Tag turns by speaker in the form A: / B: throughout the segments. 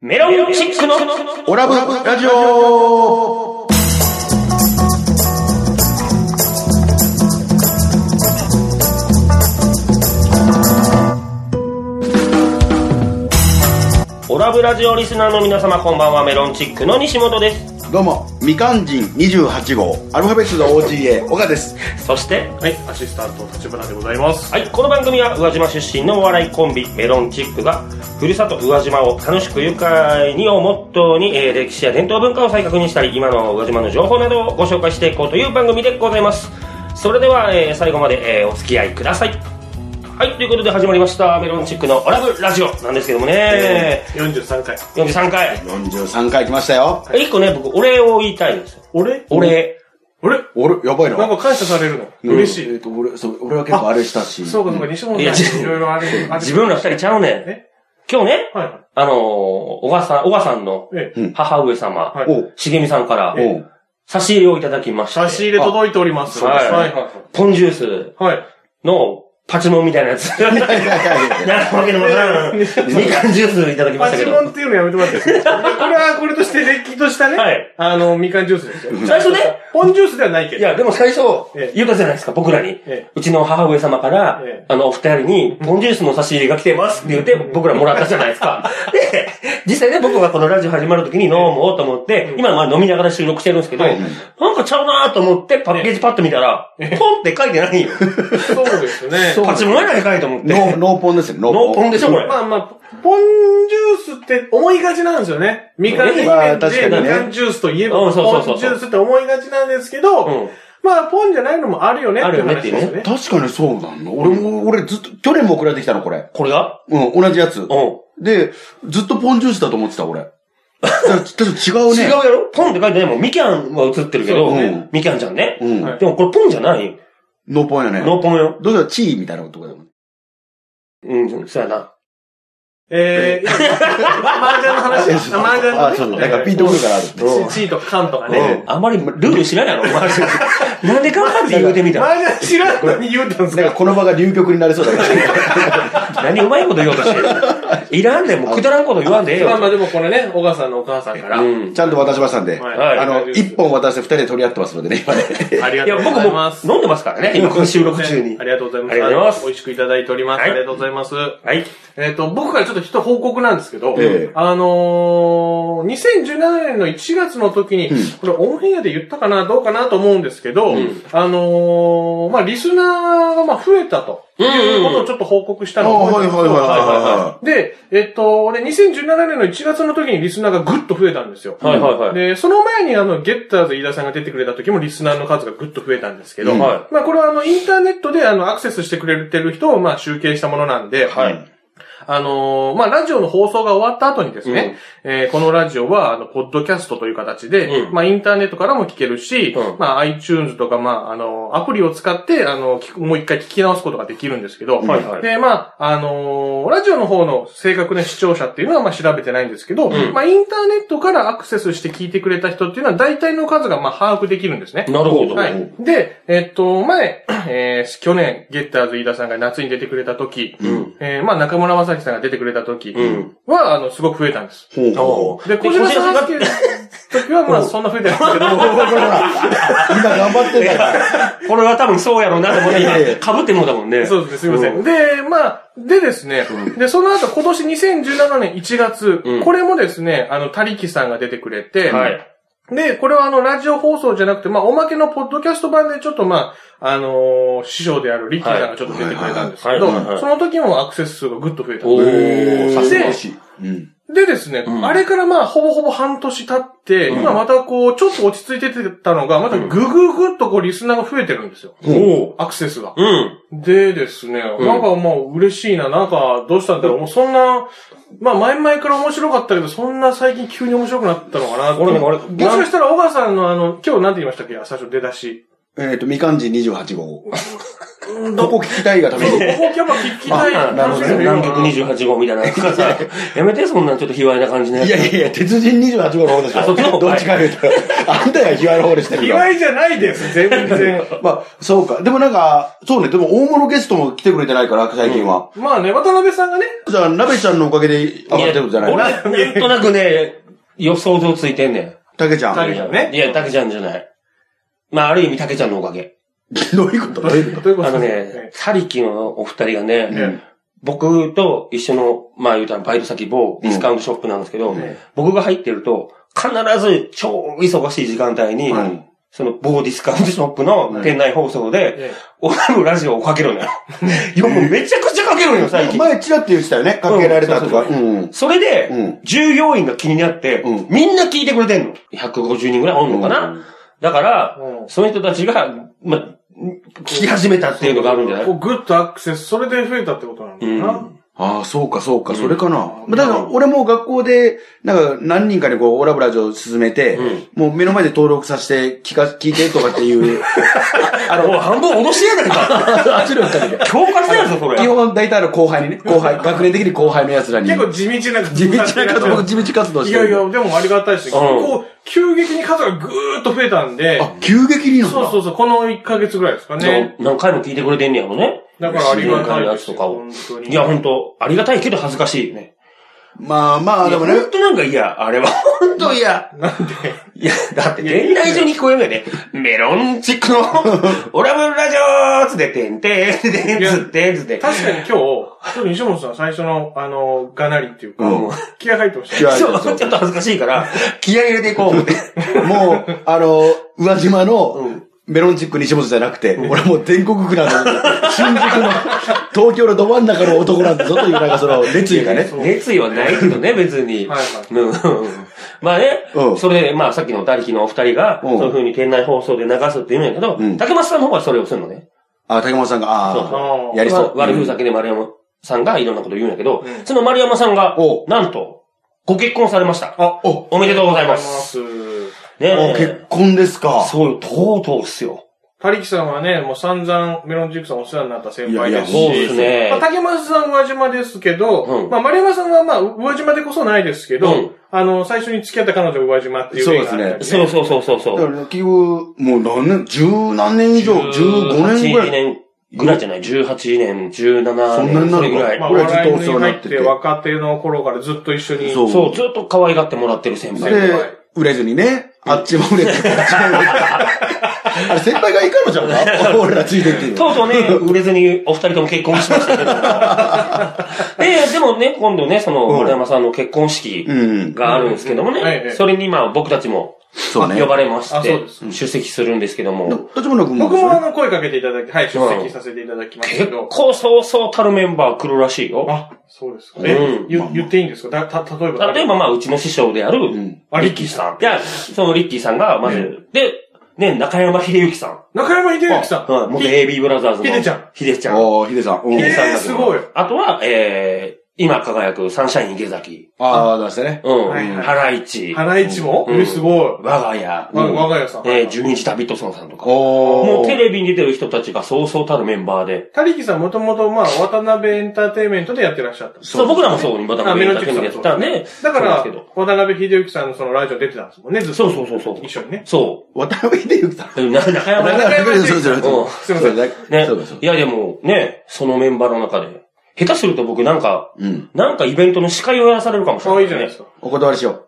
A: メロンチックの
B: オラブラジオ
A: オラブラジオリスナーの皆様こんばんはメロンチックの西本です
B: どうも、みかん人28号、アルファベットの OGA、岡です。
A: そして
C: はい、アシスタント立花でございます。
A: はいこの番組は宇和島出身のお笑いコンビメロンチックがふるさと宇和島を楽しく愉快にをモットーに、えー歴史や伝統文化を再確認したり今の宇和島の情報などをご紹介していこうという番組でございますそれでは、えー最後まで、えーお付き合いくださいはいということで始まりましたメロンチックのオラブラジオなんですけどもね、
C: 43回。
A: 43回
B: 43回来ましたよ。
A: 一個ね僕お礼を言いたいんですよ
C: 俺
A: お礼
C: 俺
B: 俺、やばい
C: なん
B: な。
C: か感謝されるの。嬉し
B: えっ
C: い。
B: と、俺、そう、俺は結構あれしたし。
C: そうかそうか、西本
A: いや
C: さんにいろいろある。ある
A: 自分ら二人ちゃうねん
C: え。
A: 今日ね、
C: はいは
A: あのー、おばさん、おばさんの
C: い。え
B: う
C: え、
B: ん
A: 母上様、
C: はい
B: おう、
A: しげみさんから
B: おう。
A: 差し入れをいただきまして、
C: 差し入れ届いております。
A: あ
C: はい
A: は
C: はいい
A: ポンジュース
C: はい。
A: のパチモンみたいなやつ。
B: いやいやいやいや
A: なんかわけのわ からん。みかんジュースいただきました
C: パ
A: け
C: チ
A: ど。
C: モンっていうのやめてもらっていいですか これはこれとして、れっきとしたね、
A: はい
C: あの、みかんジュースですよ。
A: 最初ね、
C: ポンジュースではないけ
A: い
C: ど。
A: や、でも最初
C: ええ、
A: 言うたじゃないですか、僕らに
C: ええ。
A: うちの母上様から
C: ええ、
A: あの、お二人に、ポンジュースの差し入れが来てますって言って、僕らもらったじゃないですか。で、実際ね、僕がこのラジオ始まる時に飲もうと思って、今まあ飲みながら収録してるんですけど、
C: はい
A: なんかちゃうなーと思って、パッケージパッと見たら、ポンって書いてないよ。
C: そうですね。
B: そう
A: パチモンやないかいと思って。
B: ノー、ノーポンですよ、ノ
A: ノーポンでしょ、これ。
C: まあまあ、ポンジュースって思いがちなんですよね。みかん
B: まあ確
C: ジュ
B: か
C: ー
B: に
C: ス
B: ね
C: みかんジュースといえば、
A: う
C: ポ
A: んそうそうそうそう
C: ンジュースって思いがちなんですけど、
A: うん
C: まあ、ポンじゃないのもあるよねっていう
A: あるよねってい
C: 話
A: うね
C: ですよね。
B: 確かにそうなの。俺も、俺ずっと、去年も送られてきたの、これ。
A: これが
B: うん、同じやつ
A: う。ん。
B: で、ずっとポンジュースだと思ってた、俺。だからちょっ
A: 違
B: と違う
A: う
B: ね
A: や。ろポンって書いてないもん。みきゃんは映ってるけど
B: そうね、
A: みきゃんちゃんね。
B: うん。
C: はい
A: でもこれポンじゃないよ。
B: ノーポンやね。
A: ノーポンよ。
B: どうせチーみたいなことだもん。
A: うん、そうやな。
C: えー、マージャンの話です。マージャンの
B: あ、
C: ね
B: そうそう。なんかピンとくるからあるって。
C: チチーとかカンとか
B: う
C: ね。
B: ん
A: あんまりルール知らないの、マージャン。 なんでかんかって言うてみた
C: マ
A: ら。
C: ージャン知らんのに言うたんです
B: なんか
C: か
B: この場が流局になりそうだけど。
A: 何うまいこと言おうとしてる。いらんで、もうくだらんこと言わんでええ
C: まあまあ
A: よ。
C: でもこれね、小川さんのお母さんから。
A: う
C: はい
A: ん。
B: ちゃんと渡しましたんで。
A: はい
B: あの、一。本渡して二人で取り合ってますのでね、今ね。
C: ありが
A: いや、
C: とうご
A: 僕
C: ざいま
A: も
C: す。
A: 飲んでますからね、今、この収録中に
C: あ。りがとうございます。
A: ありがとうございます
C: 美味しくいただいております。
A: は
C: あ
A: い
C: りがとうございます。
A: はい。
C: えっと、僕からちょっと一報告なんですけど
B: ええ、
C: あのー、2017年の1月の時に、これオンエアで言ったかな、どうかなと思うんですけど、あのー、まあリスナーがまあ増えたということをちょっと報告した
B: あ
C: のを覚
B: は
C: え
B: い
C: て
B: はい
C: ます
B: はいは
C: で、えっと、俺2017年の1月の時にリスナーがぐっと増えたんですよ。
A: はいはいはい。
C: で、その前にあの、ゲッターズ飯田さんが出てくれた時もリスナーの数がぐっと増えたんですけど、
B: うん
A: は
C: まあこれはあの、インターネットであの、アクセスしてくれてる人をまあ集計したものなんで、
B: いはい。はい。
C: あのーまあ、ラジオの放送が終わった後にですね、えーこのラジオは、あの、ポッドキャストという形で、
A: うん
C: まあ、インターネットからも聞けるし、
A: うん
C: まあ、iTunes とか、まあ、あの、アプリを使って、あの、聞くもう一回聞き直すことができるんですけど、
A: はいはい
C: で、まあ、あのーラジオの方の正確な視聴者っていうのは、まあ、調べてないんですけど、
A: ん
C: まあ、インターネットからアクセスして聞いてくれた人っていうのは、大体の数が、まあ、把握できるんですね。
A: い。なるほど。
C: はい。で、えっと、前、 えー去年、ゲッターズ飯田さんが夏に出てくれた時、
A: ん
C: えーまあ中村正樹さんが出てくれた時は、
A: うん
C: あの、すごく増えたんです。
B: ほうほう。
A: おう
C: で、小島さんが
A: が
C: 好きの時は、まあそんな増えてないんですけど、
B: ほらほら今頑張ってんだから。
A: これは多分そうやろうなと思って、
B: いやいや
A: かぶってもうだもんね。
C: そうですね、すみません。で、まあ、でですね、で、その後、今年2017年1月、
A: うん
C: これもですね、あの、他力さんが出てくれて、
A: はい。
C: で、これはあの、ラジオ放送じゃなくて、まあ、おまけのポッドキャスト版で、ちょっとまあ、あのー師匠であるリッキーさんがちょっと出てくれたんですけ
A: はいはいはいはいはいは
C: ど、
A: い
C: その時もアクセス数がぐっと増えた。
A: おー、さすが
C: で
B: しい。うん。
C: でですね、
A: ん
C: あれからまあ、ほぼほぼ半年経って、
A: ん
C: 今またこう、ちょっと落ち着いてたのが、またぐぐぐっとこう、リスナーが増えてるんですよ。
A: おー。
C: アクセスが。
A: うん。
C: でですね、
A: うん
C: なんかまあ嬉しいな、なんかどうしたんだろう、もうそんな、まあ前々から面白かったけど、そんな最近急に面白くなったのかなって。
A: 俺も俺
C: もしかしたら小川さんのあの、今日なんて言いましたっけ最初出だし。
B: えっと、みかん人28号。
C: うん
B: ここ聞きたいがために。
C: ここやっぱ聞きたい。
B: あなるほどね
C: 楽しみだよ
A: 南極28号みたいな。なんか さ、やめて、そんなちょっと卑猥な感じのや
B: い
A: つ。
B: やいやいや、鉄人28号の方でしょ。
A: あそっちの方
B: どっちか言うと。あんたが卑猥の方でしたけど。
C: 嫌いじゃないです、全然。
B: まあ、そうか。でもなんか、そうね、でも大物ゲストも来てくれてないから、最近は。
C: まあね、渡辺さんがね、
B: じゃあ、鍋ちゃんのおかげで上がってるんじゃない
A: や
B: いの
A: 俺、なんとなくね、予想像ついてんねん。
B: たけちゃん。
C: たけちゃんね
A: いや、竹ちゃんじゃない。まあ、ある意味竹ちゃんのおかげ。
B: どういうことどういうこ
C: というこ
A: あ
C: と
A: の
C: です
A: ね、サリキのお二人が
B: と
A: ね、
B: ね
A: 僕と一緒の、まあ言うたらバイト先某ディスカウントショップなんですけど、
C: ね
A: 僕が入ってると、必ず超忙しい時間帯に、
B: うん
A: その某ディスカウントショップの店内放送で、
C: ね
A: 俺のラジオをかけるのよ。いや、もうめちゃくちゃかけるのよ、最近。
B: 前、チラって言ってたよね。かけられたとか。
A: うん
B: うん。
A: それ
B: う
A: で
B: ん、
A: 従業員が気になって
B: うん、
A: みんな聞いてくれてんの。150人ぐらいおんのか
B: う
A: なんだから
C: う、ん
A: その人たちが、ま、聞き始めたっていうのがあるんじゃない
C: こうグッとアクセス、それで増えたってことなんだよな。
B: ああ、そうか、そうか、それかな。
C: うん
B: だから、俺も学校で、なんか、何人かにこう、オラブラジオを進めて、もう目の前で登録させて、聞か、聞いてとかっていう、
A: あの、半分脅しやないか。
B: 圧力かけて。
A: 強化したやぞ、それ。
B: 基本、大体あの、後輩にね、後輩、学年的に後輩の奴らに。
C: 結構地道な
B: 地
C: 活動
B: 道な
C: だっ
B: 活
C: たけど
B: 動、僕地道活動し
C: い
B: て
C: や
B: る。
C: いや、でもありがたいし、こう、急激に数がぐーっと増えたんで、
B: あ、急激になんだ。
C: そうそうそう、この1ヶ月ぐらいですかね。
A: 何回も聞いてくれてんねやろね。
C: だからありがたい
A: や
C: で
A: つ
C: す
A: と
C: よ。
A: かを
C: 本当。に。
A: いや、本当ありがたいけど恥ずかしいよね。
B: まあまあ、でもね。
A: 本当なんか嫌、あれは。本当嫌。なんでいや、だって、恋愛上に聞こえるよね。メロンチック の、オラブラジオーつって、てんてんてんつってんつって。
C: 確かに今日、ちょっと西本さん最初の、あの、がなりっていうか、
B: うん
C: 気合入ってました
B: 気
C: ね。
B: 合
A: そうちょっと恥ずかしいから、気合入れていこう思って。
B: もう、あの、宇和島
A: うん
B: の、メロンチック西本じゃなくて、俺もう全国区なの、新宿の、東京のど真ん中の男なんだぞと いう、なんかその、熱意がね。
A: 熱意はないけどね、別に。
C: はいはい
A: うんまあね、
B: うん
A: それで、まあさっきの大輝のお二人が、
B: うん
A: そういう風に店内放送で流すって言うんやけど、
B: うん
A: 竹松さんの方はそれをするのね。
B: あ、竹本さんが、あ
C: あ
B: あ、
C: ー
B: やりそう。
A: まあ悪風酒で丸山さんがいろんなこと言うんやけど、
C: うん
A: その丸山さんが
B: お、
A: なんと、ご結婚されました。
C: あ、
B: お、
A: おめでとうござい
C: ありがとうございま
A: ます。
C: す。
A: ね
B: お結婚ですか。
A: そうよ、とうとうっすよ。
C: たりきさんはね、もう散々メロンジュークさんお世話になった先輩ですし、
B: い
A: そ
B: やい
A: う
B: や
A: ですね
C: まあ、。竹松さん宇和島ですけど、
A: うん
C: まあ、丸山さんはまあ、宇和島でこそないですけど、
A: うん
C: あの、最初に付き合った彼女宇和島っていう
B: そう
C: 映
B: で
C: 画
B: す
C: が
B: ね
C: あったり
A: そうそうそうそうそ
B: だか
A: う。
B: ら、結局、もう何年、十何年以上、15年ぐら
A: 18
B: い。
A: 年ぐらいじゃない ?18 年、17
B: そんな
A: 年、
B: になるの
A: それぐらい
C: ま。あ、
B: 俺はずっと
C: 笑
B: お世
C: い
B: 話
C: に
B: に
C: 入
B: な
C: っ
B: って
C: て
B: て
C: 若手の頃からずっと一緒に。
B: そう
A: そう、ずっと可愛がってもらってる先輩。
B: で、売れずにね、あっちも売れずに、こっちも売れずに。あれ、先輩がいいかのじゃんか俺らついてっていう。
A: とうとうね、売れずにお二人とも結婚しましたけど。で、でもね、今度ね、その、
B: うん
A: 丸山さんの結婚式
B: うん。
A: があるんですけども
C: うんえ
A: ね
C: え、
A: それにまあ僕たちも
B: そうね。
A: 呼ばれまし
C: あそう
A: て
C: で、す
A: 出席するんですけども、
B: 立花君も
C: 僕
B: です
C: もあ
B: よね。
C: の、声かけていただき、はい、出席させていただきますけ
A: 結
C: ど。
A: 構そうそうたるメンバー来るらしいよ。
C: あ、そうですか。え、
A: うん
B: まあ
C: ゆ
B: まあ
C: 言っていいんですかだた、例えば誰。
A: 例えばまあ、うちの師匠である、
B: ん
C: あ
A: リッキーさん。いや、そのリッキーさんが、まず、で、ね、中山秀幸さん。
C: 中山秀幸さん。
A: うん、元 AB ブラザーズの。
C: 秀ちゃん。
A: 秀ちゃん。
B: ああ、ヒデさん。うん
C: ヒデ
A: さんだ
C: えー
A: け
C: す
A: ど
C: ごい
A: あとは、えー、今輝くサンシャイン池崎。
B: ああ、出したね。
A: うん。
C: はいはい
A: ハライチ。
C: 花市も
A: うん
C: えすご
A: 我が家
C: い。。わ我が家さん。
A: えー、十二時ダビッドソンさんとか。
B: お
A: もうテ
B: ビ。
A: レビに出てる人たちがそうそうたるメンバーで。
C: たりきさんもともと、まあ、渡辺エンターテインメントでやってらっしゃった。
A: そう、僕らもそう、また
C: あ
A: メロ
C: メロ
A: ン
C: ン
A: チ
C: チ
A: ッ
C: ッ
A: クさ
C: クさ
A: ん
C: ん
A: やったらね。
C: だから
A: そうですけど、
C: 渡辺秀幸さんのそのラジオ出てたんですもんね、ずっと。
A: そうそうそうそう
C: 一緒にね。
A: そ
B: 渡辺秀幸さん。
A: う。うんな中山
C: 中山秀幸
B: そうそうそう
A: うん
C: すいません
B: そう
A: ね
B: そうそう。
A: いやでも、ね、そのメンバーの中で。下手すると僕なんか、
B: うん。
A: なんかイベントの司会をやらされるかもしれ
C: 可
A: な
C: 愛
A: い
C: いじゃない
A: ね
C: です。か。
B: お断りしよう。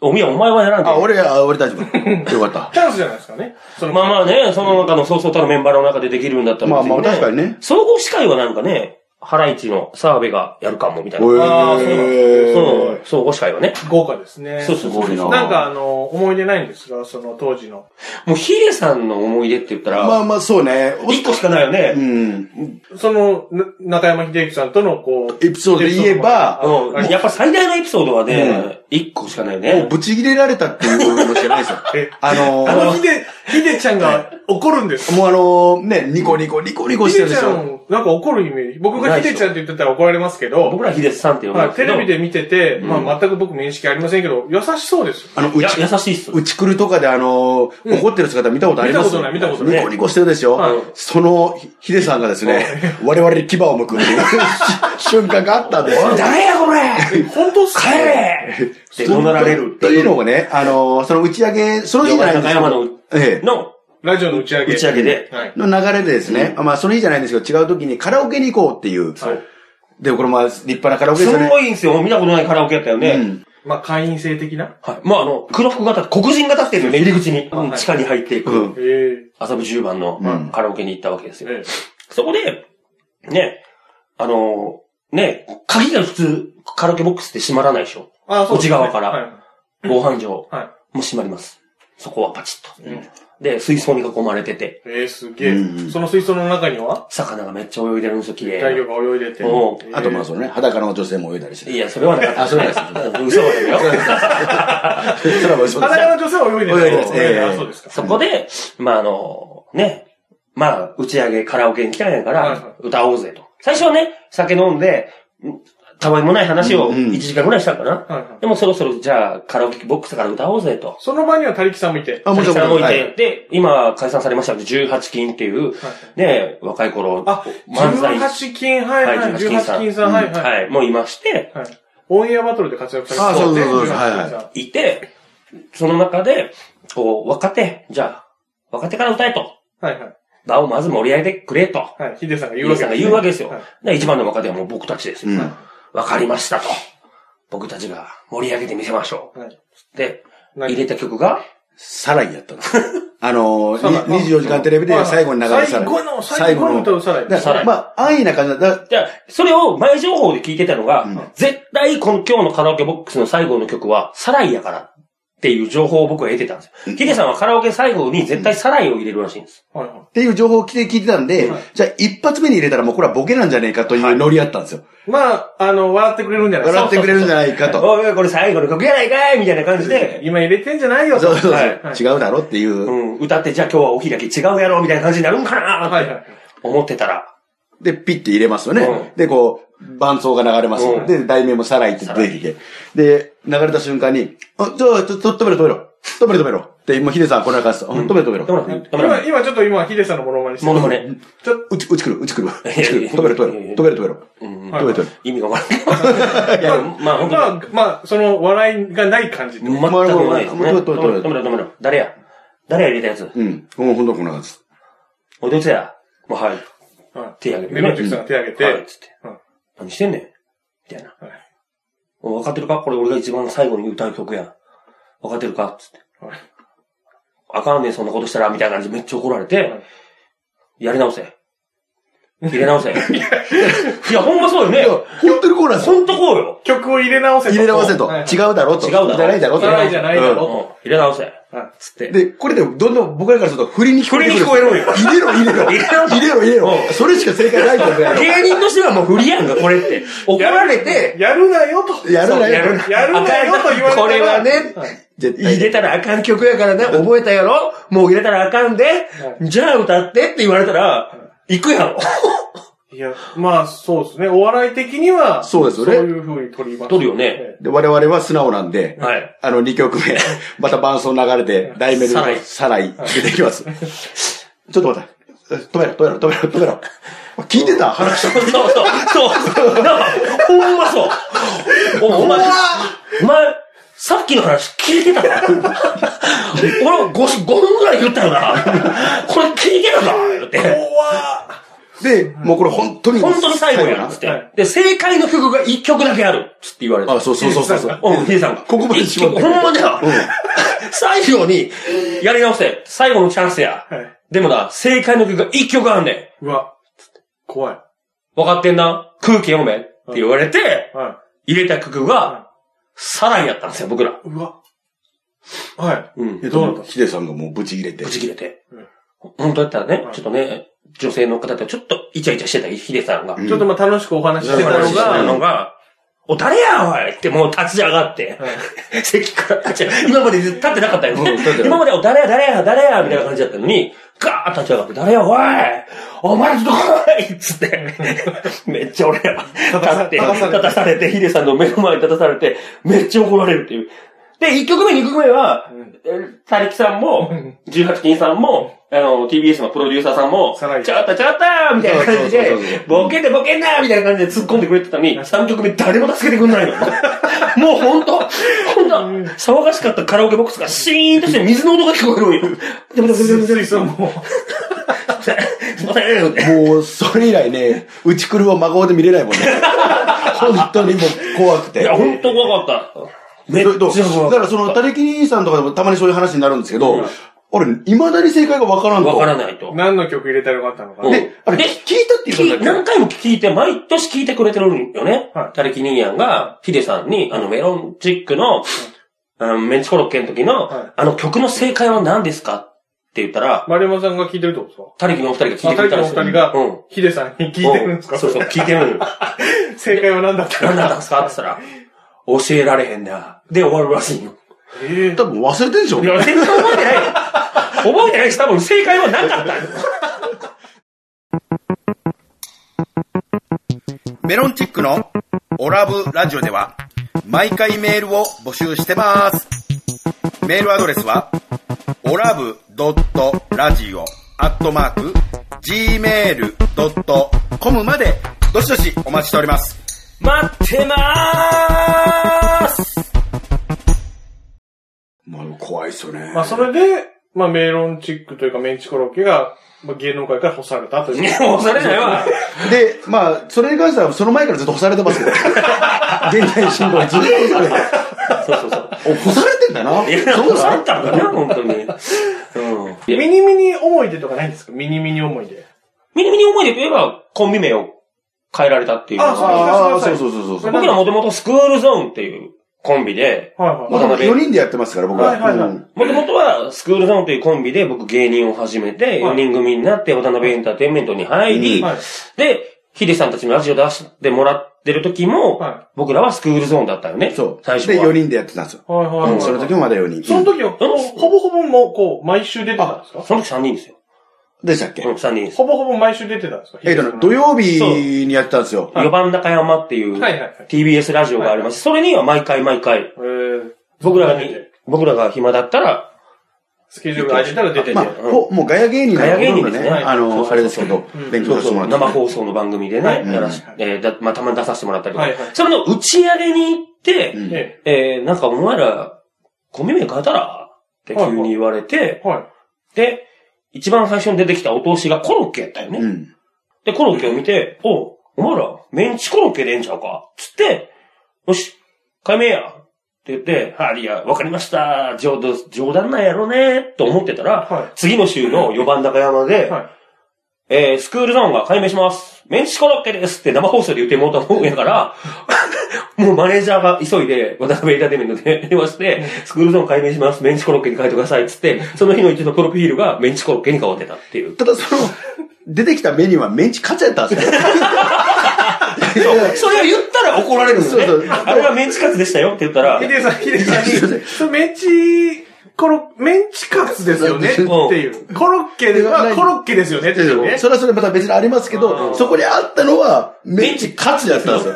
A: おみや、お前はやらんで
B: あ、俺、あ俺大丈 夫。よかった。
C: チャンスじゃないですかね。その
A: まあまあね、その中のそうそうたるメンバーの中でできるんだったら、
B: まあまあ、
A: 別
B: 確かにね。
A: 総合司会はなんかね、ハライチの澤部がやるかも、みたいな。
C: あー
A: そうん、
B: え
A: 総合司会はね。
C: 豪華ですね。
A: そうそう
B: すごい
A: そ
B: な
A: う。
C: なんか、あの、思い出ないんですが、その当時の。
A: もうヒデさんの思い出って言った
B: ま
A: ら、
B: あまあ、そうね。
A: 一個しかないよ
B: う
A: ね。
B: ん。
C: その、な中山秀幸さんとの、こう。
B: エピソードで言えば
A: うん
C: あ。
A: やっぱ最大のエピソードはね、一個しかないよ
B: もう
A: ね。
B: ぶち切れられたっていうのしかないですよ
C: え
B: あの
C: あの
B: ー、
C: 秀、ヒデちゃんが怒るんです。
B: もうあのー、ね、ニコニコ、ニコニコ
C: ヒ
B: して
C: デ
B: るで
C: ち
B: し
C: ゃ
B: ょ。
C: ん、なんか怒るイメージ。僕がヒデちゃんって言ってたら怒られますけど、
A: 僕らはヒデさんって呼んで
C: まあ
A: ますけ
C: テ
A: ど。
C: レビで見てて、まあ全く僕面識ありませんけど、優しそうです。
B: あの、
A: いうや、
B: ち、
A: 優しいっす。
B: うち来るとかであのー怒ってる姿見たことあります
C: 見たことない見たことない
B: ニコニコしてるでしょ、
C: はい
B: その、ひヒデさんがですね、我々に牙を剥くっていう 瞬間があったんですよ。
A: 誰やこれ
C: 本当っすか
A: 帰れって怒鳴られるって
B: と
A: い
B: いううのもね、あのーその打ち上げ、その日じゃないんですけど
A: 山の
B: ええ
A: の
C: ラジオの打ち上げ。
A: 打ち上げで。
C: はい。
B: の流れでですね、まあその日じゃないんですけど、違う時にカラオケに行こうっていう。
C: はい
B: で、これまあ立派なカラオケ
A: す
B: ですよね。
A: ごいんですよ。見たことないカラオケやったよ
B: う
A: ね。
B: ん。
C: まあ会員制的な。
A: はい。まあ、あの、黒服が立って、黒人が立ってるのね、入り口に。
C: はい
A: うん地下に入っていく。
B: うん。
C: ええ
A: 麻布十番の
B: うん
A: カラオケに行ったわけですよ。
C: ええ
A: そこで、ね、あのーね、鍵が普通、カラオケボックスって閉まらないでしょ。
C: あそうですね
A: 内側から
C: はい
A: 防犯上。
C: はい
A: もう閉まります。そこはパチッと。
C: うん
A: で、水槽に囲まれてて、
C: ええすげえ、
B: うん
C: その水槽の中には、
A: 魚がめっちゃ泳いでるんですよ、綺麗
C: 大
A: な
C: 魚が泳いでて。
A: おう
C: ええ
B: あとまあそのね、裸の女性も泳いだりして。
A: いや、それはなかった。。
B: あそうなんです
A: 嘘だよ。
B: それはもうそうです
C: 裸の女性は泳いでる。
B: 泳いでますええ
C: あそうですか。
A: そこで、まあ、あの、ね、まあ、打ち上げ、カラオケに来たんやか
C: はいは
A: ら、歌おうぜと。最初はね、酒飲んで、んたわいもない話を
B: うんうん
A: 1時間ぐらいしたんかな。
C: はいはい
A: でもそろそろ、じゃあ、カラオケボックスから歌おうぜと。
C: その場には他力さんもいて。
B: あ、もちろん。
A: さんもい
B: は
A: て、で、今、解散されましたけど、18金っていう、ね、若い頃、
C: あ、
A: 漫才、
C: 18金、はいはい、
A: はい18
C: 18
A: 金
C: 金
A: さ
C: さ
A: ん
C: ん、はいはい。
A: はい、もういまして、
C: はいオンエアバトルで活躍されて
B: あそうそうそう
C: 18金さん
A: いて、その中で、こう、若手、じゃあ、若手から歌えと。
C: はいはい。
A: 場をまず盛り上げてくれと。
C: はい。ヒデさんが言
A: 言うわ
C: うわ
A: け
C: け
A: が言うわけですよ
C: はい。
A: で、一番の若手はもう僕たちです
B: う
A: よ。
B: ん。
A: わかりましたと。僕たちが盛り上げてみせましょ
C: はい。
A: う。で、
C: 何
A: 入れた曲が、
B: サライやったの。 あの
C: サライ
B: ー、に24時間テレビで最後に流れサライ。
C: 最後の、最後の歌うサライ。
B: だ
A: サライ
B: まあ、安易な感じだ。だ
A: じゃあ、それを前情報で聞いてたのが、
B: うん
A: 絶対この今日のカラオケボックスの最後の曲は、サライやからっていう情報を僕は得てたんですよ。ヒデさんはカラオケ最後に絶対サライを入れるらしいんです。
C: はいは
B: っていう情報を聞いて聞いてたんで、
C: はい
B: じゃあ一発目に入れたらもうこれはボケなんじゃねえかというノリやったんですよ。
C: い。まあ、あの、笑ってくれるんじゃないです
B: 笑
C: か
B: ってくれるんじゃないかと。
A: おい、これ最後の曲やないかいみたいな感じで、
C: 今入れてんじゃないよと。
B: そうそうそう、
A: はい
C: はい
B: 違うだろっていう。
A: うん、歌って、じゃあ今日はお開き違うやろみたいな感じになるんかな
C: は
A: ー
C: い
A: っ
C: は
A: て
C: い。
A: 思ってたら、
B: で、ピッて入れますよね。
A: う
B: で、こう、伴奏が流れますよ。
A: うん
B: で、題名もサライって出てきて。で、流れた瞬間に、あ、ちょ、ちょ、ちょ止めろ止めろ。止めろ止めろ。って、もうヒデさんこんな感じです。あ止めろ止めろ。
A: 止めろ止めろ
C: 今、今ちょっと今、ヒデさんのモノマネして
A: ものま
C: ネ。
A: ね、
C: ちょっ
B: うち、うち来る、うち来る。うち来
A: い
B: る。
A: や
B: 止めろ止め
A: いやいや
B: ろ。止めろ止めろ。
A: うん
C: はい
B: 止めろ止めろ。
A: 意味がわからない。いや、まあ
C: と、
A: 本
C: ま
A: 当
C: あ、まあ、その、笑いがない感じってこ
A: に、
C: と
A: 全くもないですね。
B: まあまあまあ
A: 止めろ、止めろ、止めろ。誰や誰や入れたやつ
B: うん。もうほんとこんな感じです。
A: おい、どいつやもうはい。
C: は
A: 手挙げ
C: い。
A: て
C: メロンジュクさんが手挙げて、
A: はい、つって
C: うん。
A: 何してんねんみたいな
C: はい。
A: お分かってるかこれ俺が一番最後に歌う曲や。分かってるかつって
C: はい。
A: あかんねん、そんなことしたら、みたいな感じでめっちゃ怒られて
C: はい、
A: やり直せ。入れ直せ。いや、ほんまそうよね
B: いや。、ほんとにこうなんですよ
A: ほんとこうよ。
C: 曲を入れ直せと。
B: 入れ直せと。
C: はいはい
B: 違うだろと。
A: 違うだろ
B: じゃないだろと。
C: サライじゃないだ
A: うん
C: ろ
A: 入れ直せ。
C: は
A: つって。
B: で、これで、どんどん僕らからすると、振りに聞こえてく
A: 振りに
B: る。
A: 聞こ
B: 入れろ、入
A: 入れ
B: れろ。
A: ろ
B: 入れろ、入れろ
A: う。
B: それしか正解ないと思うやろ。
A: 芸人としてはもう不利やんか、これって。怒られて、
C: やるなよと。
B: やるな
A: やる
B: よ。
A: な
C: やるなよと言われたら
A: これはね、
B: 絶対
A: 入れたらあかん曲やからな、覚えたやろもう入れたらあかんで、じゃあ歌ってって言われたら、行く やろ。
C: いや、まあ、そうですね。お笑い的には、
B: そうですよね
C: そういう風に取ります。
A: 取るよね
C: え
B: で、我々は素直なんで、
A: はい。
B: あの、2曲目、また伴奏流れて、題名で
A: サライ
B: サライ出てきます。ちょっと待って。止めろ、止めろ、止めろ、止めろ。聞いてた話。
A: そうそう、そう、なんか、ほんまそう。おお前、お前、さっきの話聞いてたか俺5、5分ぐらい言ったよな。これ聞いてたかって。
C: え怖っ
B: で、もうこれ本当に。
A: 本当に最後やん、つっ
B: な。
A: て、
C: はい
A: で、正解の曲が一曲だけある、つって言われて。
B: あ、そうそうそうそうそう。
A: うん、ヒデさんが。
B: ここまで
A: 一
B: 絞っ
A: 曲、
B: て
A: ほんまだよ。最後に、やり直せ。最後のチャンスや。
C: はい
A: でもな、正解の曲が一曲あんね
C: うわ、怖い。
A: ん。分かってんな空気読め。って言われて、
C: は
A: 入れた曲が、サライやったんですよ、僕ら。
C: い。うわ。はい。
A: うん。
B: え、どうなったヒデさんがもうブチ切れて
A: ぶ。ち切れて
C: うん。
A: 本当やったらね
C: う、ん
A: ちょっとね、女性の方とちょっとイチャイチャしてたヒデさんが。
B: ん
C: ちょっとまあ楽しくお話ししてた
B: う
C: の
B: ん
A: な
C: が、
A: のが、お、誰やおいってもう立ち上がって。席から立ち上が今まで立ってなかったよ。
B: うん立ってない
A: 今までお、誰や誰や誰やみたいな感じだったのに、ガーッ立ち上がって、誰やおいお前らちょっと来いっつっ て。めっちゃ俺ら、立って、
C: 立たされて
A: 立たされて、ヒデさんの目の前に立たされて、めっちゃ怒られるっていう。で、一曲目、二曲目は、たりきさんも、18金さんも、あの、TBS のプロデューサーさんも、ち
C: さ
A: ょ
C: ら
A: っ
C: に
A: とちょっとみたいな感じ
B: そ
A: で
B: うそうそうそう、
A: ボケんでボケんなみたいな感じで突っ込んでくれてたのに、3曲目誰も助けてくんないの。 もうほんと、ほんと、騒がしかったカラオケボックスがシーンとして水の音が聞こえるんよ。でも、でも、でも、でも、
C: 水槽も。
A: すいません。
B: もう、それ以来ね、うちくるを真顔で見れないもんね。本当にもう怖く
A: い
B: て
A: や、。ほんと怖かった。めっちゃ
B: そう
A: 怖か
B: だか
A: っ
B: らその、たれきにさんとかでもたまにそういう話になるんですけど、俺、未だに正解がわからん
A: た。
B: と。
A: わからないと。
C: 何の曲入れたらよかったのかな。
A: うん
B: で、あれ、
A: で
B: 聞いたって言ったんだっけ
A: 何回も聞いて、毎年聞いてくれてるんよね
C: は。い
A: たれきにいやんが、ヒデさんに、あの、メロンチックの、あのメンチコロッケの時
C: はい
A: の、あの曲の正解は何ですかって言ったら、
C: 丸山さんが聞いてるってことですか
A: たれきのお二人が聞いてくれたらしい。
C: あたれきのお二人が
A: うん。
C: ヒデさんに聞いてるんですか
A: そうそう、聞いてるのよ。
C: 正解は何だった
A: 何
C: の
A: だったんですかって言ったら、教えられへんな。で、終わるらしいの。
C: ええ
B: 多分忘れてんでしょ
A: いや、全然覚えてないよ。覚えてないし、多分正解はなかったよ。
D: メロンチックのオラブラジオでは毎回メールを募集してます。メールアドレスはオラブドットラジオアットマーク gmail.com までどしどしお待ちしております。
A: 待ってまーす
B: まあ、怖いっすよね。
C: まあそれで、まあメロンチックというかメンチコロッケが、まあ、芸能界から干されたとい
A: い
C: う。
A: や、もうそれないわ。
B: で、まあ、それに関しては、その前からずっと干されてますけど。現在進行ずっと干されて
A: そうそうそう。
B: お干されてんだな。
A: いや、
B: そう
A: 腐っ
B: だ
A: たのかな、本当に。うん。いや
C: ミニミニ思い出とかないんですかミニミニ思い出。
A: ミニミニ思い出といえば、コンビ名を変えられたっていう。
C: あそう
B: ああ、そうそうそうそう。
A: 僕らもともとスクールゾーンっていうコンビで、
C: はいはい。
B: ま
A: 渡
B: あ、
A: 辺
B: 4人でやってますから、僕は。
C: はいはいはい
B: うん
A: もともとはスクールゾーンというコンビで僕芸人を始めて、4人組になって渡辺エンターテインメントに入り、
C: はい
A: で、ヒデさんたちのラジオ出してもらってる時も、
C: はい
A: 僕らはスクールゾーンだったよね。
B: そう。
A: 最初
B: で、
A: は。
B: 4人でやってたんですよ。
C: はいはいはい、
B: うんその時もまだ4人。
C: その時は、ほぼほぼほぼもう、こう、毎週出てたんですか
A: その時3人ですよ。
B: でしたっけ
A: うん、3人です。
C: ほぼほぼ毎週出てたんですか
B: えっとね、土曜日にやってたんですよ。
A: 4番中山っていう
C: はいはいはい
A: TBS ラジオがあります。それには毎回毎回、
C: えー、
A: 僕らがに、僕らが暇だったら、
C: スケジュールが空いてたら出てて。
B: まあ、こうもうガヤ芸人の
A: ガヤ芸人ですね
B: ね、あ
A: そうそう
B: の、
A: そう
B: あれですけど、勉強
A: そう
B: させて
A: そ
B: も
A: う、
B: ら
A: 生
B: って。
A: 放送の番組で
C: はい
A: ね、やらし、えーだ、まあ、たまに出させてもらったりとか
C: はいはい、
A: それの打ち上げに行って、
B: うん
C: え
A: えー、なんかお前ら、コミ名変えたらって急に言われて、
C: えはい。
A: で、一番最初に出てきたお通しがコロッケやったよね。
B: うん。
A: で、コロッケを見て、おう、お前ら、メンチコロッケでええんちゃうかつって、よし、買いめやって言って、はい、いや、わかりました。冗談、冗談なんやろねと思ってたら、
C: はい
A: 次の週の4番高山で、
C: はい。
A: えー、スクールゾーンが解明します。メンチコロッケですって生放送で言ってもうたもんや から、もうマネージャーが急いで、渡辺エンターテイメントで電話して、スクールゾーン解明します。メンチコロッケに変えてください。つって、その日の一日のプロフィールがメンチコロッケに変わってたっていう。
B: ただ、その、出てきたメニューはメンチカツやったんです よ。
A: それを言ったら怒られるんですね。
B: そうそう
A: あれはメンチカツでしたよって言 ったら、
C: ヒデさん、ヒデさん
B: いやすいません
C: に、それメンチ、コロ、メンチカツですよねっていう。コロッケはコロッケですよねっていうね。
B: それはそれまた別にありますけど、そこにあったのは、メンチカツやったんですよ。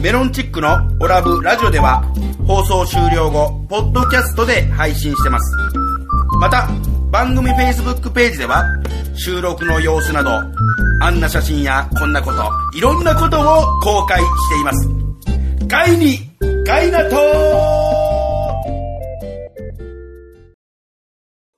D: メロンチックのオラブラジオでは放送終了後、ポッドキャストで配信してます。また、番組 Facebook ページでは収録の様子など、あんな写真やこんなこと、いろんなことを公開しています。ガイに、ガイナトー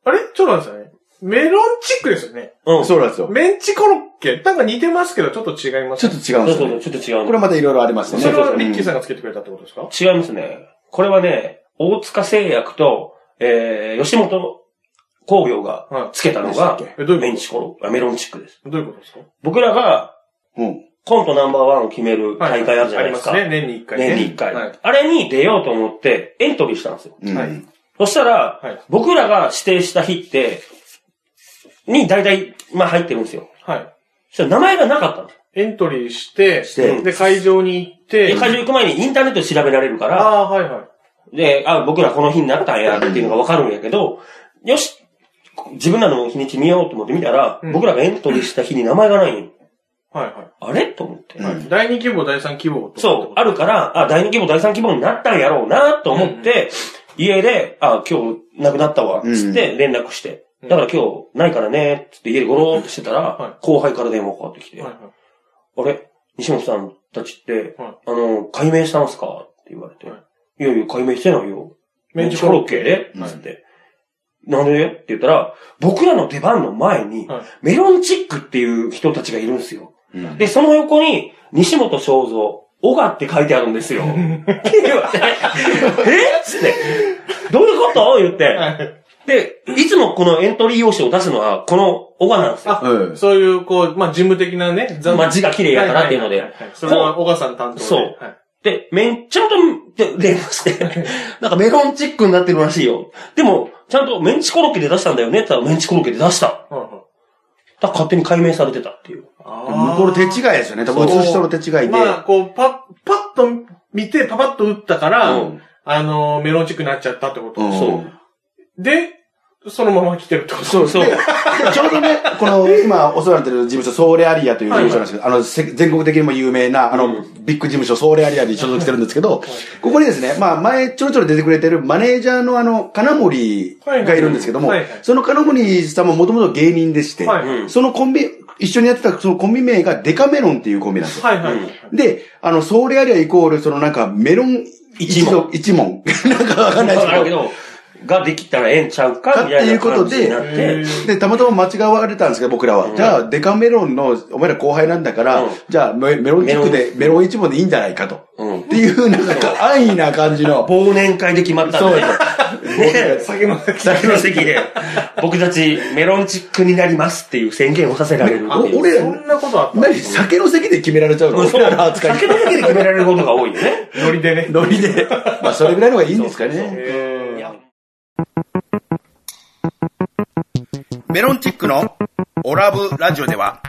C: あれちょっと待ってくださいね。メロンチックですよね。
A: うん。
B: そうなんですよ。
C: メンチコロッケ。なんか似てますけど、ちょっと違います
B: ちょっと違
C: ね。
B: う
A: そ
B: んで
A: うそう
B: すよね
A: そう、。ちょっと違う
B: これはまたいろいろありますね。
C: それはミ
B: う
C: ッ
B: ん
C: キーさんがつけてくれたってことですか
A: 違いますね。これはね、大塚製薬と、えー、吉本工業がつけたのが
B: はいでしたっ、
C: えどういうこと
A: メンチコロあメロンチックです。
C: どういうことですか
A: 僕らが
B: うん。
A: コントナンバーワンを決める
C: はい
A: 大会あるじゃないですか。
C: ありますね。年に一回ね。
A: 年に1回、
C: はい。
A: あれに出ようと思ってエントリーしたんですよ。
B: うん
C: はい
A: そしたら、
C: はい
A: 僕らが指定した日って、に大体、まあ入ってるんですよ。
C: はい。
A: そしたら名前がなかったんですよ
C: エントリーして、
B: して
C: で、会場に行って
A: で、、会場行く前にインターネットで調べられるか
C: あ
A: ら、
C: あ、はいはい。
A: で、あ、僕らこの日になったんやっていうのがわかるんやけど、よし、自分らの日にち見ようと思って見たら、
C: うん
A: 僕らがエントリーした日に名前がないんよ
C: はいは
A: あれと思って。
C: い。はい第2希望、第3希望と。
A: そう、あるから、あ、第2規模、第3規模になったんやろうなと思って、家で、あ、今日亡くなったわ、つって連絡して。
C: うん
A: だから今日ないからね、つって家でゴローってしてた
C: はい
A: ら、後輩から電話かかってきて、
C: はいはい。
A: あれ西本さんたちって、
C: はい
A: あの、解明したんすかって言われて、
C: はい
A: い、やいや、解明してないよ。
C: メ
A: メ
C: ン
A: ン
C: チ
A: チ
C: コ
A: コ
C: ロ
A: ロ
C: ッ
A: ッ
C: ケ
A: ケで
B: うん
A: つって。なんでって言ったら、僕らの出番の前に
C: はい、
A: メロンチックっていう人たちがいるんですよ。
B: うん
A: で、その横に、西本正蔵、小賀って書いてあるんですよ。 って言ってえっつって。どういうこと言って。で、いつもこのエントリー用紙を出すのは、この小賀なんですよ。
C: あ、そういう、こう、まあ、事務的なね、残
A: まあ字が綺麗やからっていうので
C: ははははそれは、小川さん担当で。
A: そう
C: はい
A: で、めん、ちゃんと、で、電話 して、なんかメロンチックになってるらしいよ。でも、ちゃんとメンチコロッケで出したんだよねって言ったら、メンチコロッケで出した。だか
C: はいはい
A: ら勝手に解明されてたっていう。
C: あー
B: 向こうの手違いですよね。多分
C: そう
B: 写しとる手違いで。
C: まあ、こう、パッ、パッと見て、パパッと打ったから、
B: うん
C: あのー、メロンチックになっちゃったってこと。
B: うん
C: で、そのまま来てるってこと。
A: そう そう。
B: で ちょうどね、この、今、お世話になってる事務所、ソーレアリアという事務所なんですけど、あの、せ全国的にも有名な、あの、ビッグ事務所、ソーレアリアに所属してるんですけど、ここにですね、まあ、前、ちょろちょろ出てくれてるマネージャーのあの、金森がいるんですけども
C: はいはいはい、
B: その金森さんももともと芸人でして
C: はいは、
A: い
B: そのコンビ、一緒にやってたそのコンビ名がデカメロンっていうコンビなんですよ。
C: はいはい。
B: で、あの、ソーレアリアイコール、そのなんか、メロン
A: 一門
B: 族一門。 なんかわかんないです
A: だ
B: けど
A: け。ど、ができたらええんちゃうか
B: か、
A: みたいな
B: っていうこ
A: 感
B: と
A: じ
B: で
A: になって、
B: で、たまたま間違われたんですけど、僕らは。じゃあ、デカメロンの、お前ら後輩なんだから、
A: うん
B: じゃあメ、メロンチックで、メロン一問でいいんじゃないかと。
A: うん
B: っていう、なんか、安易な感じの。
A: 忘年会で決まったん
B: そう
A: で
B: です。
A: ね
C: 酒の席。
A: 酒の席で、僕たちメロンチックになりますっていう宣言をさせられるっていう。
B: お俺ら
C: そんなことあった
B: 何酒の席で決められちゃうの
A: そう
B: 俺らの扱い。
A: 酒の席で決められることが多いよね。
C: ノリでね。
B: ノリで。まあ、それぐらいの方がいいんですかね。
A: いや
D: メロンチックのオラブラジオでは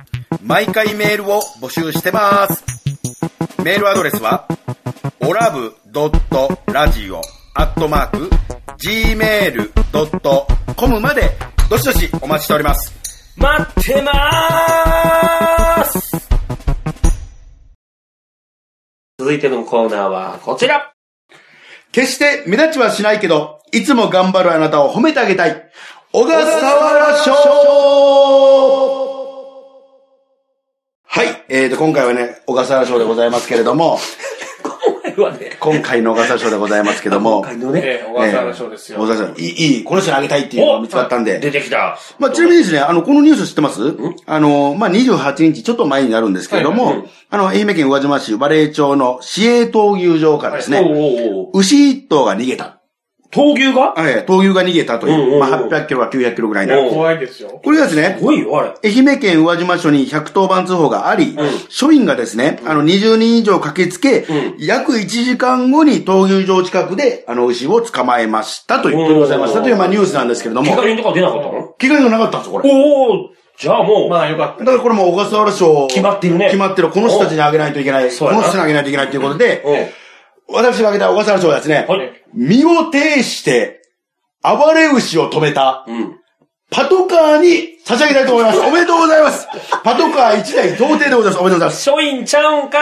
D: 毎回メールを募集してます。メールアドレスはオラブドットラジオアットマーク gmail.com までどしどしお待ちしております。
A: 待ってまーす続いてのコーナーはこちら
B: 決して目立ちはしないけど、いつも頑張るあなたを褒めてあげたい。小笠原賞はい。えーと、今回はね、小笠原賞でございますけれども、
A: 今回はね、
B: 今回の小笠原賞でございますけど
A: 今
B: も、
A: 回のね、
C: ええ、小川さんの賞ですよ。
B: えー小笠原賞いい、いい、この人にあげたいっていうのが見つかったん
A: 出
B: で。
A: てきた。
B: まあ、ちなみにですね、あの、このニュース知ってますあの、まあ、28日、ちょっと前になるんですけれども、
A: はいは
B: あの、愛媛県宇和島市和礼町の市営闘牛場からですね、
A: おうおうおう
B: 牛一頭が逃げた。
A: 闘牛が
B: ええ闘牛が逃げたという、
A: うんうんうん
B: まあ、800キロか900キロぐらい
A: お
B: の。
A: う
C: 怖いですよ。
B: これがですね
A: す、ごいよ、あれ。
B: 愛媛県宇和島署に110番通報があり、署員がですね、あの20人以上駆けつけ、
A: う
B: 約1時間後に闘牛場近くで、あの牛を捕まえましたという、取り押さえましたという、まあニュースなんですけれども
A: 怪、我人とか出なかったの
B: 怪我がなかったんですよ、これ。
A: おおじゃあもう、
C: まあ、よかっ
B: だからこれも小笠原賞、
A: 決まってるね
B: 決まってる。この人たちにあげないといけない。
A: そ
B: こ
A: うや
B: の
A: な
B: 人にあげないといけないということ
A: う
B: で、
A: ん
B: 私があげた小笠原賞はですね、
A: はい。
B: 身を挺して、暴れ牛を止めた、
A: うん。
B: パトカーに差し上げたいと思います。おめでとうございます。パトカー1台到底でございます。おめでとうございます。
A: 書院ちゃうんか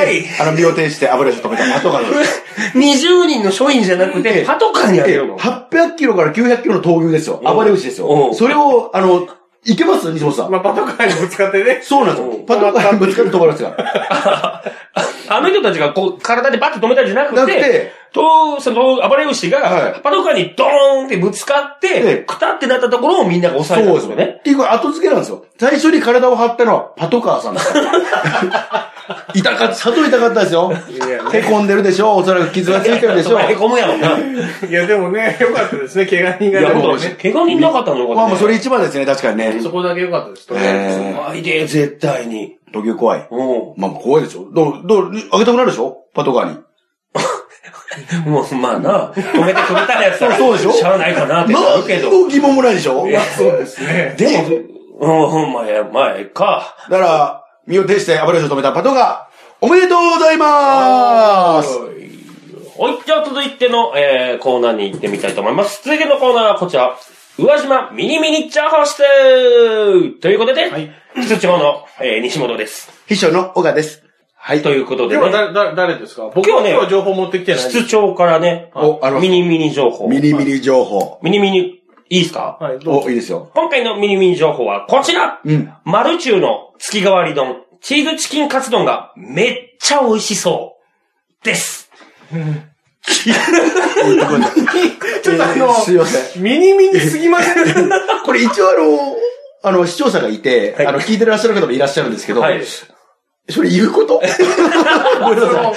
A: ーい
B: あの、身を挺して油を止めたパトカーです。
A: !20 人の書院じゃなくて、パトカーにあげ
B: ええ
A: るの。
B: 800キロから900キロの闘牛ですよ。
A: ん
B: 暴れ牛です
A: う
B: よ。
A: ん
B: それを、あの、いけます西本さ
C: た。
B: ん。
C: まあ、パトカーにぶつかって ね。
B: そうなんです
A: う
B: よ。
A: ん
B: パトカーにぶつかって止まるんですから。
A: あの人たちがこう、体でバッと止めたんじゃなく
B: な
A: て、
B: くて
A: と、その、暴れ牛が、
B: はい
A: パトカーにドーンってぶつかっ
B: ええ
A: て、くたってなったところをみんなが
B: そ
A: 抑えたん
B: う
A: で
B: ですす
A: よ
B: よ
A: ね
B: ね。。っていうか、後付けなんですよ。最初に体を張ったのはパトカーさ んですから痛かった、砂糖痛かったですよ。
C: や
B: へこんでるでしょう。おそらく傷がついてるでしょう。
A: へこむやろな。い
C: いや、でもね、よかったですね。怪我人が
A: や、
C: 出
A: ほ
C: も
A: んと
C: ね。
A: 怪我人なかったのよかったね。
B: まあまあ、それ一番ですね。確かにね。
C: そこだけよかったです。とり あえず
B: え
A: 怖いで、絶対に。
B: え闘牛怖い。
A: うん。
B: まあまあ怖いでしょ。どう、どう、あげたくなるでしょパトカーに。
A: もう、まあな、止めて止めたらやつたら、
B: そうそうでしょ
A: しゃあないかなってなるけど。
B: 疑問もないでしょ
C: いや、そうですね。
A: でも、お前、前か。
B: だから、身を挺して油吉を止めたパトが、おめでとうございます
A: はい、じゃあ続いての、えー、コーナーに行ってみたいと思います。続いてのコーナーはこちら。宇和島ミニミニチャーハウスということで、
C: はい
A: 室長の、えー、西本です。
B: 秘書の小川です。はい。
A: ということで
C: 今日は
A: ね、
C: 誰、誰誰ですか
A: 今
C: 僕
A: 日は
C: は
A: ね
C: 今日は情報持ってきてない。
A: 室長からね、
B: お、あの、
A: ミ
B: ミニ
A: ニミニ情報。ミ
B: ミニ情報。
A: ニミニ、いいですか
C: はい、どう
B: お、
C: ぞ。
B: いいですよ。
A: 今回のミニミニ情報はこちら、
B: うん。
A: マルチューの月替わり丼、チーズチキンカツ丼がめっちゃ美味しそうです。
B: いいとこだ
C: ちょっとあの
B: えーすいません。
C: ミニミニすぎません
B: これ一応あの、あの、視聴者がいて、
A: はい
B: あの、聞いてらっしゃる方もいらっしゃるんですけど、
A: はい。
B: それ言うことごめんなさ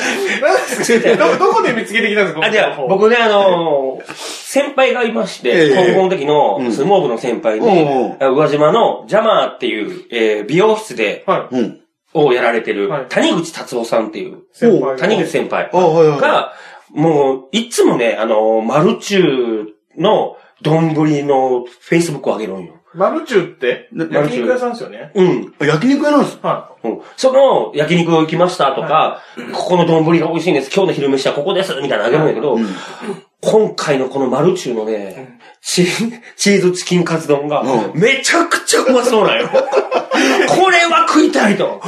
B: い。
C: ど、 どこで見つけてきたんですか
A: あ、じゃあ、僕ね、あのー先輩がいまして、
B: ええ
A: 高校の時
B: う
A: の
B: ん
A: 相撲部の先輩に、
B: うんうん
A: 宇和島のジャマーっていう、えー美容室で、
C: は
B: うん。
A: をやられてる
C: はい、
A: 谷口達夫さんっていう、
C: い。先輩が。
A: 谷口先輩
B: あ、はいはい。
A: が、もう、いつもね、あのーマルチューの丼のフェイスブックを上げるんよ。
C: マルチューって、
B: ね
A: マルチュ
C: 焼
A: ー
C: 肉屋さんですよね。
A: うん。
B: あ焼肉屋なんです。
C: は
A: うんその、焼肉行きましたとか、ここの丼が美味しいんです、今日の昼飯はここです、みたいなのあげるんだけど、今回のこのマルチューのね、チチーズチキンカツ丼が
B: う、
A: めちゃくちゃうまそうなんよ。これは食いたいと。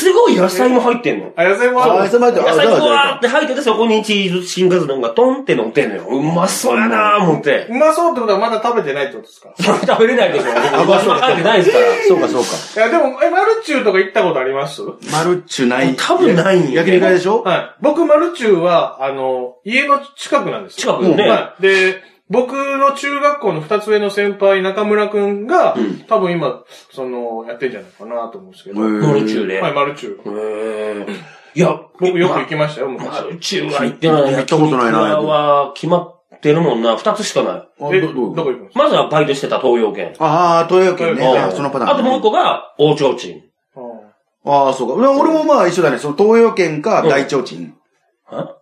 A: すごい野菜も入ってんの。
C: い。あ、野菜も
B: あ、あ
C: あ
B: い
C: る。
B: つまで、あ、
A: 野
B: じ
A: 菜
B: ゃあ、
A: が
B: じ
A: わ
B: ゃ
A: ーって入ってて、そこにチーズチキンカツ丼がトンって乗ってんのよ。うまそうやなー思って
C: う。まそうってことはまだ食べてないってことですか
A: それ食べれないでしょ。僕は入ってないですから。
B: そうかそうか。
C: いや、でも、え、マルチューとか行ったことありますは
B: マルチュない。
A: 多分ないんよね
B: 焼肉屋でしょ
C: い。僕、マルチューは、あの、家の近くなんですよ。
A: 近くよね
C: はい。で、僕の中学校の二つ上の先輩、中村くんが、多分今、その、やってんじゃないかなと思うんですけど。は
A: マルチューで。
C: い、マルチュー。
A: へーいや、
C: 僕よく行きましたよ、
A: まあ
C: 昔。
A: 宇宙は行 ってない。
B: 行ったことない
A: 焼
B: な
A: 肉屋は決まってるもんな。二つしかない。
B: あ
C: え、
B: ど
C: ど
B: ど
C: こ
B: う
C: 行くんですか
A: まずはバイトしてた東洋圏。
B: ああ、東洋圏ね。
A: あ
B: あそのパター
A: あ
B: ン。
A: ともう一個が大提灯。
C: うん
B: ああ、そうか。でも俺もまあ一緒だね。その東洋圏か
A: うん
B: 大提灯。
A: は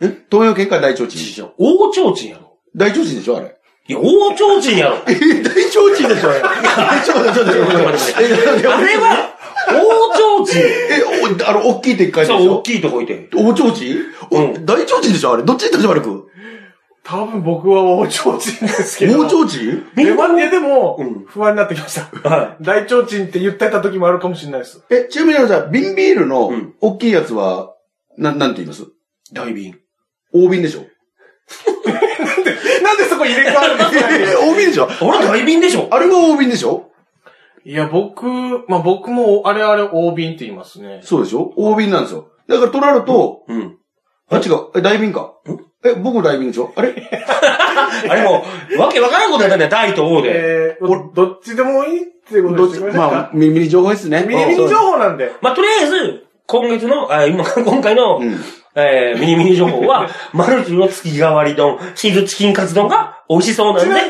B: え東洋圏か大提
A: 大
B: 灯。
A: 提灯やろ。
B: 大提灯でしょあれ。
A: いや、大提灯 やろ。
B: え、大提灯でしょあれ。ちょっと待って、ちょっと待って。えなんで
A: あれは、大提
B: え、おあの、大きいでっかい
A: 灯。
B: でし
A: そう、大
B: ょ
A: きいとこいて。
B: 大提灯お
A: うん
B: 大提灯でしょあれ。どっちに立ち悪く
C: 多分僕は大提灯ですけど。
B: 大提灯
C: でもね、でも
A: うん、
C: 不安になってきました。
A: は
C: 大提灯って言ってた時もあるかもしれないです。
B: え、ちなみにあのさ、瓶ビールの
A: うん
B: 大きいやつは、なん、なんて言います
A: い。大瓶。
B: 大瓶でしょ
C: なんでそこ入れ替わるんです
B: え、
C: かね
B: 大瓶でしょ
A: あれ大瓶でしょ
B: あれが大瓶でしょ
C: いや、僕、まあ僕も、あれあれ、大瓶って言いますね。
B: そうでしょ大瓶なんですよ。だからとなると、
A: うん。
B: あ、違う。え、大瓶か。え、僕大瓶でしょあれ
A: あれもう、わけわからんことやったんだよ、大と大で。
C: えー、おどっちでもいいってこと
B: どっ
C: で
B: ち
C: すよね。
B: まあ、ミニミニ情報ですね。
C: ミニミニ情報なんで。
A: まあ、とりあえず、今月の、あ今、 今回の、
B: うん。
A: えー、ミニミニ情報は、 マルチの月替わり丼、チーズチキンカツ丼が美味しそうなん
C: ちなみ
A: で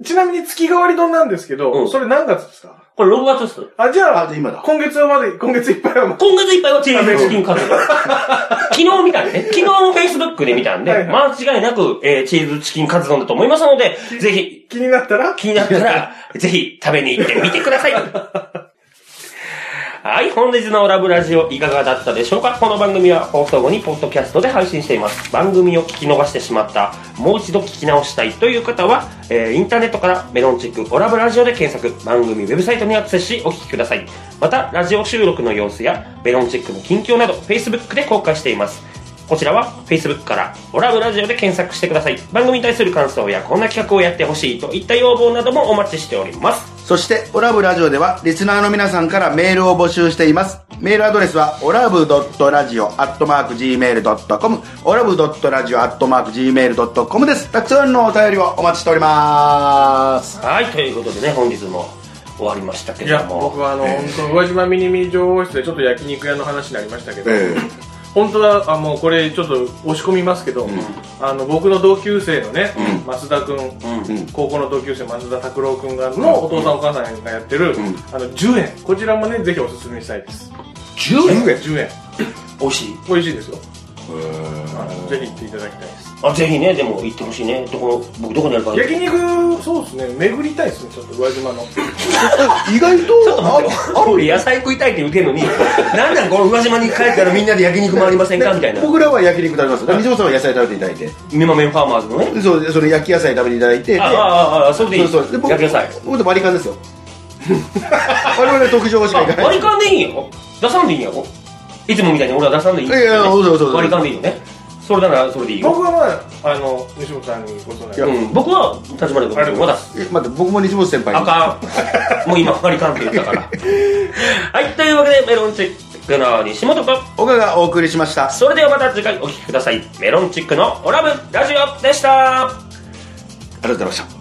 C: に、ちなみに月替わり丼なんですけ
A: う
C: ど、
A: ん
C: それ何月ですか
A: これ6月っす。
C: あ、じゃ
B: あ、
C: あ
B: で、、今だ。
C: 今月まで、今月いっぱいはもう、
A: 今月いっぱいはチーズチキンカツ 丼。昨日見たんでね、昨日の Facebook で見たん
C: は
A: で、
C: いは
A: 間違いなく、えー、チーズチキンカツ丼だと思いますので、ぜひ、
C: 気になったら、
A: 気になった ら、ぜひ食べに行ってみてください。はい、本日のラブラジオいかがだったでしょうかこの番組は放送後にポッドキャストで配信しています。番組を聞き逃してしまった、もう一度聞き直したいという方は、えーインターネットからメロンチックオラブラジオで検索、番組ウェブサイトにアクセスしお聞きください。また、ラジオ収録の様子やメロンチックの近況など Facebook で公開しています。こちらは Facebook からオラブラジオで検索してください。番組に対する感想やこんな企画をやってほしいといった要望などもお待ちしております。
B: そして、オラブラジオでは、リスナーの皆さんからメールを募集しています。メールアドレスは、オラブドットラジオアットマーク Gmail.com、オラブドットラジオアットマーク Gmail.com です。たくさんのお便りをお待ちしております。
A: はい、ということでね、本日も終わりましたけ
C: い
A: れ
C: や
A: ど、
C: 僕
A: も。
C: はあの、本当、宇和島ミニミニ情報室でちょっと焼肉屋の話になりましたけど、
B: え
C: 本当は、あ、もうこれちょっと押し込みますけど、あの、僕の同級生のね、増田くん、
A: うん
C: 高校の同級生増田拓郎くんがのお父さんお母さんがやってる、
B: ん
C: あの、10円。こちらもね、ぜひおすすめしたいです。
B: 10円
C: 10円。
A: 美味しい。
C: 美味しいですよ。ぜひ行っていただきたいです。
A: あ、ぜひね、でも行ってほしいね。どこ、僕どこにあるか。
C: 焼肉、そうですね、巡りたいですね、ちょっと宇和島の。
B: 意外と、
A: あ俺野菜食いたいって言うてんのに、なんなんこの宇和島に帰ったらみんなで焼肉回りませんかみたいな。
B: 僕らは焼肉食べます。だから水本さんは野菜食べていただいて。
A: ミマメンファーマーズのね。
B: でそうその焼き野菜食べていただいて。
A: ああ、ああ、あそれでいい。
B: そうそうで
A: 焼き野菜。
B: 僕とバリカンですよ。我々は特上しか行か
A: あ、
B: ない。
A: 割り勘でいいんやろ出さんでいいんやろいつもみたいに俺は出さんでいいんやろ
B: いやいやそうそうそうそう
A: 割り勘でいいよね。それならそれでいいよ。
C: 僕はまあ、あの、西本さんにご相談
B: いや
A: うん、僕は立花君まだ
B: え待って、僕も西本先輩
A: あ
B: に。
A: かんもう今割り勘って言ったからはいというわけでメロンチックの西本君
B: 岡がお送りしました。
A: それではまた次回お聴きくださいメロンチックのオラブラジオでした
B: ありがとうございました。